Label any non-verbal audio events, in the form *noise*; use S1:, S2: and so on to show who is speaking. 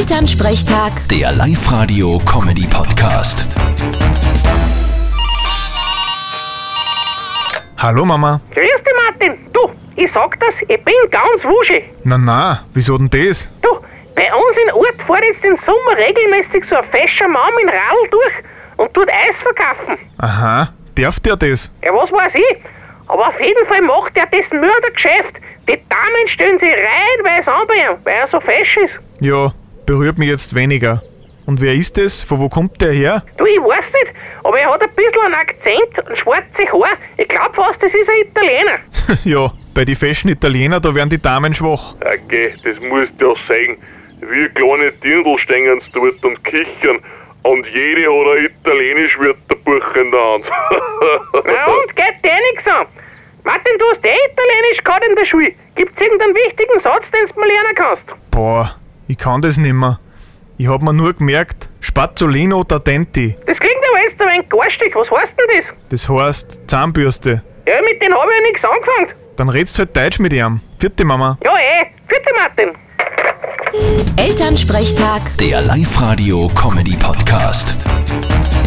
S1: Elternsprechtag,
S2: Der Live-Radio-Comedy-Podcast.
S3: Hallo Mama.
S4: Grüß dich, Martin. Du, ich sag das, ich bin ganz wusche.
S3: Na na, wieso denn das?
S4: Du, bei uns in Ort fährt jetzt den Sommer regelmäßig so ein fescher Mann mit Radl durch und tut Eis verkaufen.
S3: Aha, darf der das?
S4: Ja, was weiß ich. Aber auf jeden Fall macht er das Mördergeschäft. Die Damen stellen sich reihenweise an bei ihm, weil er so fesch ist.
S3: Ja, berührt mich jetzt weniger. Und wer ist das? Von wo kommt der her? *laughs*
S4: Du, ich weiß nicht, aber er hat ein bisschen einen Akzent und schwarze Haar. Ich glaub fast, das ist ein Italiener.
S3: ja, bei die Fashion Italiener, da werden die Damen schwach.
S5: Okay, das musst du ja sehen. Wie kleine Dirndl stehen sie dort und kichern. Und jede hat ein Italienisch-Wörterbuch in der *laughs* Hand.
S4: Na und, geht dir nix an. Martin, du hast eh Italienisch gehabt in der Schule. Gibt's irgendeinen wichtigen Satz, den du mal lernen kannst?
S3: Boah, ich kann das nimmer. Ich hab mir nur gemerkt, Spazzolino Denti.
S4: Das klingt aber jetzt ein wenig garstig. Was heißt denn das?
S3: Das heißt Zahnbürste.
S4: Ja, mit denen habe ich ja nichts angefangen.
S3: Dann redst halt Deutsch mit ihm. Vierte Mama.
S4: Ja, eh. Vierte Martin.
S1: Elternsprechtag.
S2: Der Live-Radio-Comedy-Podcast.